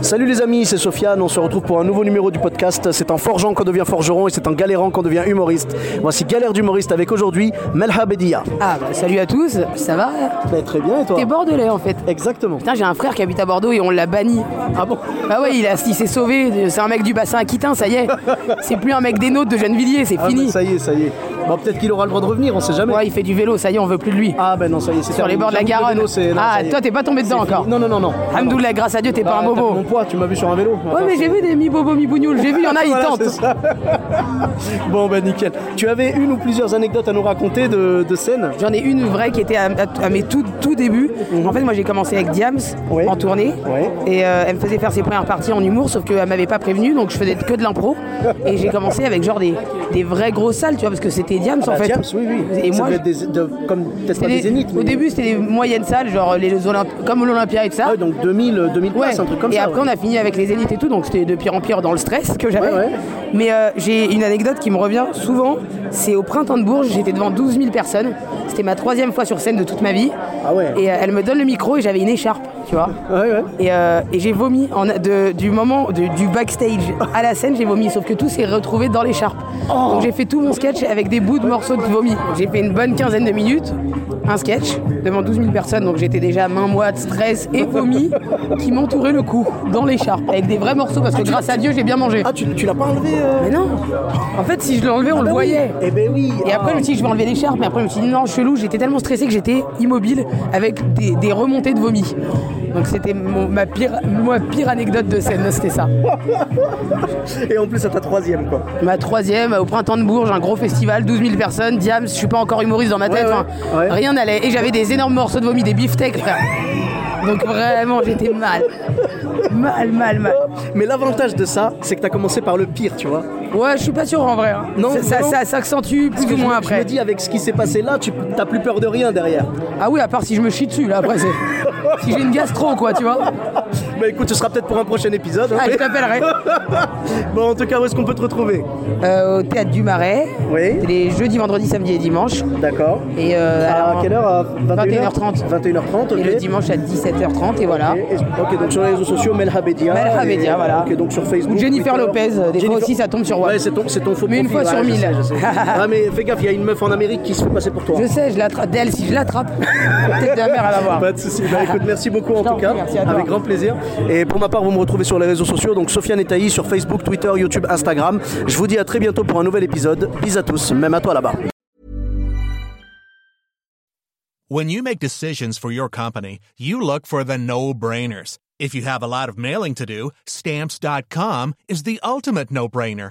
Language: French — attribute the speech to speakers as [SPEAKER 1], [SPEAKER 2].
[SPEAKER 1] Salut les amis, c'est Sofiane, on se retrouve pour un nouveau numéro du podcast. C'est en forgeant qu'on devient forgeron et c'est en galérant qu'on devient humoriste. Voici Galère d'humoriste avec aujourd'hui Melha Bedia.
[SPEAKER 2] Ah bah salut à tous, ça va
[SPEAKER 1] très bien et toi
[SPEAKER 2] T'es bordelais en fait.
[SPEAKER 1] Exactement.
[SPEAKER 2] Putain, j'ai un frère qui habite à Bordeaux et on l'a banni.
[SPEAKER 1] Ah bon
[SPEAKER 2] Bah ouais, il, a- il s'est sauvé, c'est un mec du bassin aquitain, ça y est. C'est plus un mec des nôtres de Gennevilliers, c'est
[SPEAKER 1] Ah
[SPEAKER 2] fini.
[SPEAKER 1] bah ça y est, ça y est. Bon, peut-être qu'il aura le droit de revenir, on sait jamais.
[SPEAKER 2] Ouais, il fait du vélo, ça y est, on veut plus de lui.
[SPEAKER 1] Ah ben non, ça y est, c'est
[SPEAKER 2] Sur les
[SPEAKER 1] terminé.
[SPEAKER 2] bords de la
[SPEAKER 1] J'avoue que le
[SPEAKER 2] Garonne.
[SPEAKER 1] vélo, c'est- non,
[SPEAKER 2] Ah,
[SPEAKER 1] ça y est.
[SPEAKER 2] toi, t'es pas tombé dedans
[SPEAKER 1] C'est fini.
[SPEAKER 2] encore.
[SPEAKER 1] Non, non, non, non.
[SPEAKER 2] Hamdoullah, grâce à Dieu, t'es
[SPEAKER 1] Bah,
[SPEAKER 2] pas un
[SPEAKER 1] t'as vu
[SPEAKER 2] bobo.
[SPEAKER 1] mon poids, tu m'as vu sur un vélo.
[SPEAKER 2] Ouais, mais j'ai vu des mi-bobo, mi-bougnoul. J'ai vu, il y en a, ils
[SPEAKER 1] Voilà,
[SPEAKER 2] tentent.
[SPEAKER 1] c'est ça. bon ben nickel. Tu avais une ou plusieurs anecdotes à nous raconter de, de scène
[SPEAKER 2] J'en ai une vraie qui était à, à- à mes tout, tout débuts.
[SPEAKER 1] Mhm.
[SPEAKER 2] En fait, moi, j'ai commencé avec Diams
[SPEAKER 1] Ouais.
[SPEAKER 2] en tournée.
[SPEAKER 1] Ouais.
[SPEAKER 2] Et euh, elle me faisait faire ses premières parties en humour, sauf qu'elle m'avait pas prévenu, donc je faisais que de l'impro. Et j'ai commencé avec genre des, des vraies grosses salles, tu vois, parce que c'était Diams en fait.
[SPEAKER 1] James, Ah, Bah, oui, oui.
[SPEAKER 2] Et
[SPEAKER 1] Ça
[SPEAKER 2] moi,
[SPEAKER 1] devait être des- de- comme peut-être pas
[SPEAKER 2] c'était
[SPEAKER 1] des zéniths,
[SPEAKER 2] au
[SPEAKER 1] mais-
[SPEAKER 2] début, c'était des moyennes salles, genre les Olymp- comme l'Olympia et tout ça.
[SPEAKER 1] Ah ouais, donc 2000, euh, 2000
[SPEAKER 2] Ouais.
[SPEAKER 1] places, un truc comme
[SPEAKER 2] et
[SPEAKER 1] ça.
[SPEAKER 2] après, on a fini avec les élites et tout, donc c'était de pire en pire dans le stress que j'avais.
[SPEAKER 1] Ouais, ouais.
[SPEAKER 2] Mais euh, j'ai une anecdote qui me revient souvent c'est au printemps de Bourges, j'étais devant 12 000 personnes. C'était ma troisième fois sur scène de toute ma vie.
[SPEAKER 1] Ah ouais.
[SPEAKER 2] Et euh, elle me donne le micro et j'avais une écharpe, tu vois.
[SPEAKER 1] Ouais, ouais.
[SPEAKER 2] Et, euh, et j'ai vomi en- de- du moment de- du backstage à la scène, j'ai vomi, sauf que tout s'est retrouvé dans l'écharpe.
[SPEAKER 1] Oh.
[SPEAKER 2] Donc j'ai fait tout mon sketch avec des bouts de morceaux de vomi. J'ai fait une bonne quinzaine de minutes, un sketch devant 12 000 personnes, donc j'étais déjà main moite, stress et vomi qui m'entouraient le cou dans l'écharpe avec des vrais morceaux parce que grâce à Dieu j'ai bien mangé.
[SPEAKER 1] Ah, tu, tu l'as pas enlevé euh
[SPEAKER 2] Mais non, en fait si je l'enlevais on le
[SPEAKER 1] Ah oui.
[SPEAKER 2] voyait.
[SPEAKER 1] Eh ben oui.
[SPEAKER 2] Et
[SPEAKER 1] Ah.
[SPEAKER 2] après, je me suis dit, je vais enlever l'écharpe. Mais après, je me suis dit, non, chelou, j'étais tellement stressé que j'étais immobile avec des, des remontées de vomi. Donc, c'était mon- ma pire, ma pire anecdote de scène, c'était ça.
[SPEAKER 1] Et en plus, à ta troisième, quoi.
[SPEAKER 2] Ma troisième, au printemps de Bourges, un gros festival, 12 000 personnes, Diams, je suis pas encore humoriste dans ma tête,
[SPEAKER 1] Ouais, ouais,
[SPEAKER 2] enfin,
[SPEAKER 1] ouais.
[SPEAKER 2] rien n'allait. Et j'avais des énormes morceaux de vomi, des beefsteaks, frère. Donc, vraiment, j'étais mal. Mal, mal, mal.
[SPEAKER 1] Mais l'avantage de ça, c'est que t'as commencé par le pire, tu vois.
[SPEAKER 2] Ouais, je suis pas sûr en vrai. hein.
[SPEAKER 1] Non,
[SPEAKER 2] ça, ça,
[SPEAKER 1] non.
[SPEAKER 2] ça s'accentue
[SPEAKER 1] Parce
[SPEAKER 2] plus
[SPEAKER 1] que
[SPEAKER 2] ou
[SPEAKER 1] je,
[SPEAKER 2] moins
[SPEAKER 1] me- Je
[SPEAKER 2] après.
[SPEAKER 1] me dis, avec ce qui s'est passé là, tu t'as plus peur de rien derrière.
[SPEAKER 2] Ah oui, à part si je me chie dessus, là, après, c'est. si j'ai une gastro, quoi, tu vois.
[SPEAKER 1] Bah écoute, ce sera peut-être pour un prochain épisode. hein.
[SPEAKER 2] Ah, je t'appellerai.
[SPEAKER 1] bon, en tout cas, où est-ce qu'on peut te retrouver
[SPEAKER 2] Euh, au théâtre du Marais.
[SPEAKER 1] Oui.
[SPEAKER 2] C'est les jeudis, vendredis, samedis et dimanches.
[SPEAKER 1] D'accord.
[SPEAKER 2] Et euh,
[SPEAKER 1] À
[SPEAKER 2] alors,
[SPEAKER 1] quelle heure À 21h
[SPEAKER 2] 21h30.
[SPEAKER 1] 21h30, ok.
[SPEAKER 2] Et le dimanche à 17h30 et voilà.
[SPEAKER 1] Et- et- Ok, donc sur les réseaux sociaux, Melha Bedia.
[SPEAKER 2] Melha
[SPEAKER 1] et-
[SPEAKER 2] Bedia, Ah. voilà.
[SPEAKER 1] Ok, donc sur Facebook.
[SPEAKER 2] Ou Jennifer
[SPEAKER 1] Twitter.
[SPEAKER 2] Lopez, des fois aussi, ça tombe sur Watt.
[SPEAKER 1] Ouais, c'est ton, c'est ton faux
[SPEAKER 2] Mais une
[SPEAKER 1] profil,
[SPEAKER 2] fois
[SPEAKER 1] ouais,
[SPEAKER 2] sur
[SPEAKER 1] je sais,
[SPEAKER 2] mille.
[SPEAKER 1] je sais. ah, mais fais gaffe, il y a une meuf en Amérique qui se fait passer pour toi.
[SPEAKER 2] Je sais, je l'attrape. D'elle, si je l'attrape, peut-être de la mère à la voir.
[SPEAKER 1] Pas de soucis. Bah, écoute, merci beaucoup en
[SPEAKER 2] t'en
[SPEAKER 1] tout cas.
[SPEAKER 2] prie, merci à toi.
[SPEAKER 1] Avec grand plaisir. Et pour ma part, vous me retrouvez sur les réseaux sociaux, donc Sofiane et Taï sur Facebook, Twitter, YouTube, Instagram. Je vous dis à très bientôt pour un nouvel épisode. Bis à tous, même à toi là-bas.
[SPEAKER 3] When you make decisions for your company, you look for the no brainers. If you have a lot of mailing to do, stamps.com is the ultimate no brainer.